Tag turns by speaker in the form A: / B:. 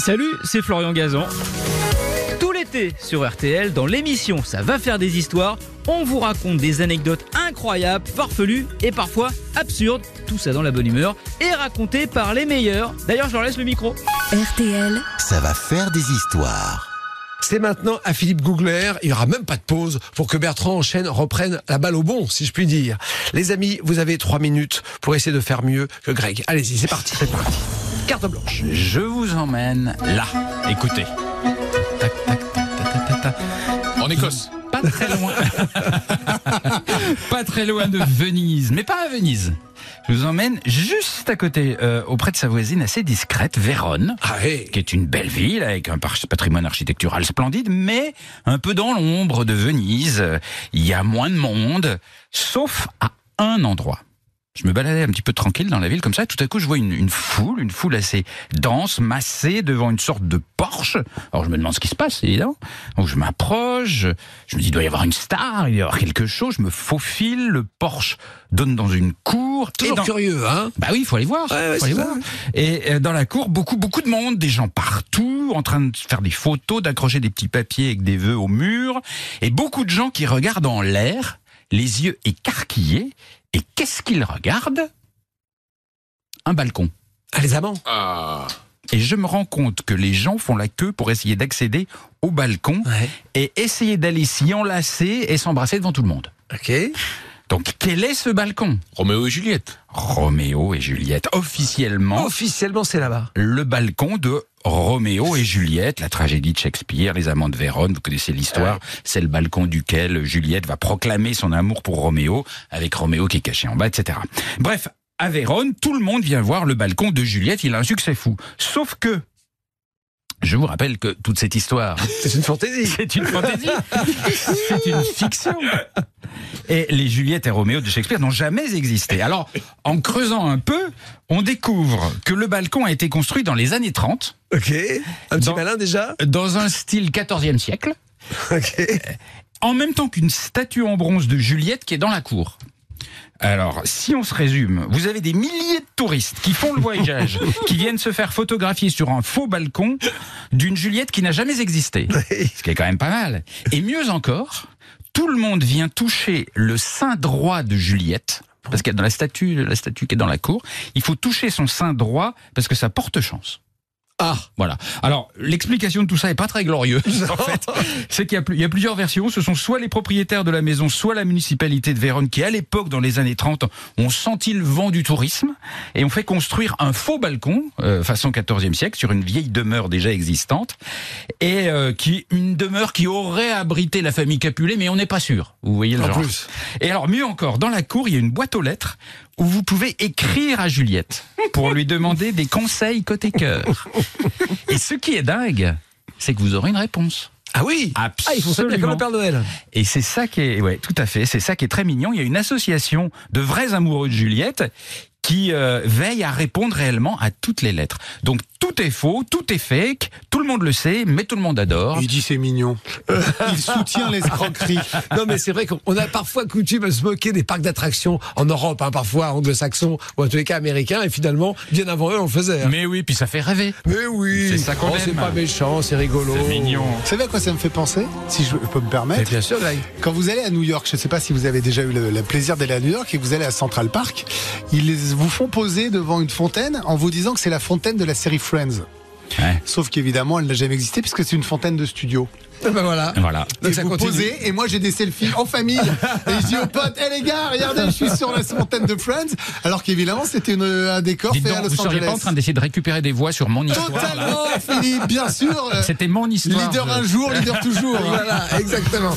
A: Salut, c'est Florian Gazan. Tout l'été sur RTL, dans l'émission Ça va faire des histoires, on vous raconte des anecdotes incroyables, farfelues et parfois absurdes, tout ça dans la bonne humeur, et racontées par les meilleurs. D'ailleurs, je leur laisse le micro.
B: RTL,
C: Ça va faire des histoires.
D: C'est maintenant à Philippe Googler. Il n'y aura même pas de pause pour que Bertrand enchaîne, reprenne la balle au bon, si je puis dire. Les amis, vous avez trois minutes pour essayer de faire mieux que Greg. Allez-y, c'est parti. C'est parti. Carte blanche.
E: Je vous emmène là. Écoutez. Tac, tac, tac, tac, tac, tac. En Écosse. Pas très loin. pas très loin de Venise, mais pas à Venise. Je vous emmène juste à côté, euh, auprès de sa voisine assez discrète, Vérone
D: Ah, hey.
E: qui est une belle ville avec un par- patrimoine architectural splendide, mais un peu dans l'ombre de Venise. Euh, Il y a moins de monde, sauf à un endroit. Je me baladais un petit peu tranquille dans la ville comme ça, et tout à coup je vois une, une foule, une foule assez dense, massée devant une sorte de Porsche. Alors je me demande ce qui se passe, évidemment. Donc je m'approche, je, je me dis il doit y avoir une star, il doit y avoir quelque chose. Je me faufile, le Porsche donne dans une cour. et
D: Toujours
E: dans-
D: curieux, hein
E: bah oui, il faut aller voir.
D: Ouais, ouais,
E: faut aller
D: c'est ça,
E: voir. Et euh, dans la cour, beaucoup, beaucoup de monde, des gens partout, en train de faire des photos, d'accrocher des petits papiers avec des vœux au mur, et beaucoup de gens qui regardent en l'air, les yeux écarquillés. Et qu'est-ce qu'ils regardent Un balcon.
D: Ah, les amants.
E: Et je me rends compte que les gens font la queue pour essayer d'accéder au balcon
D: Ouais.
E: et essayer d'aller s'y enlacer et s'embrasser devant tout le monde.
D: Ok.
E: Donc quel est ce balcon
F: Roméo et Juliette.
E: Roméo et Juliette,
D: Ah.
E: officiellement,
D: Officiellement, c'est là-bas.
E: le balcon de Roméo et Juliette, la tragédie de Shakespeare, les amants de Vérone, vous connaissez l'histoire, c'est le balcon duquel Juliette va proclamer son amour pour Roméo, avec Roméo qui est caché en bas, etc. Bref, à Vérone, tout le monde vient voir le balcon de Juliette, il a un succès fou. Sauf que, je vous rappelle que toute cette histoire,
D: C'est une fantaisie.
E: c'est une fantaisie, c'est une fiction. Et les Juliette et Roméo de Shakespeare n'ont jamais existé. Alors, en creusant un peu, on découvre que le balcon a été construit dans les années 30
D: Ok. Un petit
E: Dans-
D: malin déjà.
E: dans un style 14e siècle, Euh,
D: Ok.
E: en même temps qu'une statue en bronze de Juliette qui est dans la cour. Alors, si on se résume, vous avez des milliers de touristes qui font le voyage, qui viennent se faire photographier sur un faux balcon d'une Juliette qui n'a jamais existé. Ce qui est quand même pas mal. Et mieux encore, tout le monde vient toucher le sein droit de Juliette. Parce qu'il y a dans la statue, la statue qui est dans la cour, il faut toucher son sein droit parce que ça porte chance.
D: Ah.
E: Voilà. Alors, l'explication de tout ça est pas très glorieuse, en fait. C'est qu'il y, a plus- il y a plusieurs versions. Ce sont soit les propriétaires de la maison, soit la municipalité de Vérone, qui, à l'époque, dans les années 30, ont senti le vent du tourisme et ont fait construire un faux balcon, euh, façon 14e siècle, sur une vieille demeure déjà existante, et euh, qui une demeure qui aurait abrité la famille Capulet, mais on n'est pas sûr. Vous voyez le
D: En
E: genre.
D: plus.
E: Et alors, mieux encore, dans la cour, il y a une boîte aux lettres où vous pouvez écrire à Juliette pour lui demander des conseils côté cœur. Et ce qui est dingue, c'est que vous aurez une réponse.
D: Ah oui. Ah, ils font ça bien comme le Père Noël.
E: Et c'est ça qui est, ouais, tout à fait, c'est ça qui est très mignon. Il y a une association de vrais amoureux de Juliette qui euh, veille à répondre réellement à toutes les lettres. Donc tout est faux, tout est fake, tout le monde le sait, mais tout le monde adore.
F: Il dit c'est mignon. Il soutient l'escroquerie.
D: Non, mais c'est vrai qu'on a parfois coutume à se moquer des parcs d'attractions en Europe, hein, parfois anglo-saxons ou en tous les cas américains, et finalement, bien avant eux, on le faisait. hein.
E: Mais oui, puis ça fait rêver.
D: Mais oui,
E: C'est ça qu'on
D: Oh,
E: aime.
D: C'est pas méchant, c'est rigolo.
F: Vous savez à quoi ça me fait penser Si je peux
E: Eh
F: me
D: Mais
F: permettre.
D: bien sûr, Greg.
F: Quand vous allez à New York, je ne sais pas si vous avez déjà eu le, le plaisir d'aller à New York et que vous allez à Central Park, ils les- vous font poser devant une fontaine en vous disant que c'est la fontaine de la série Friends.
E: Ouais.
F: Sauf qu'évidemment, elle n'a jamais existé puisque c'est une fontaine de studio.
D: Ah ben voilà.
E: Voilà.
D: Donc
F: et
D: ça
F: vous
D: continue.
F: posez, et moi j'ai des selfies en famille. et je dis aux potes, hé les gars, regardez, je suis sur la fontaine de Friends. Alors qu'évidemment, c'était une- un décor
E: Dites
F: fait
E: donc,
F: à
E: vous
F: Los
E: seriez
F: Angeles.
E: pas en train d'essayer de récupérer des voix sur mon histoire là
F: Totalement, Philippe, bien sûr. euh,
E: C'était mon histoire.
F: Leader
E: je-
F: un jour, leader toujours. hein.
D: Voilà, exactement.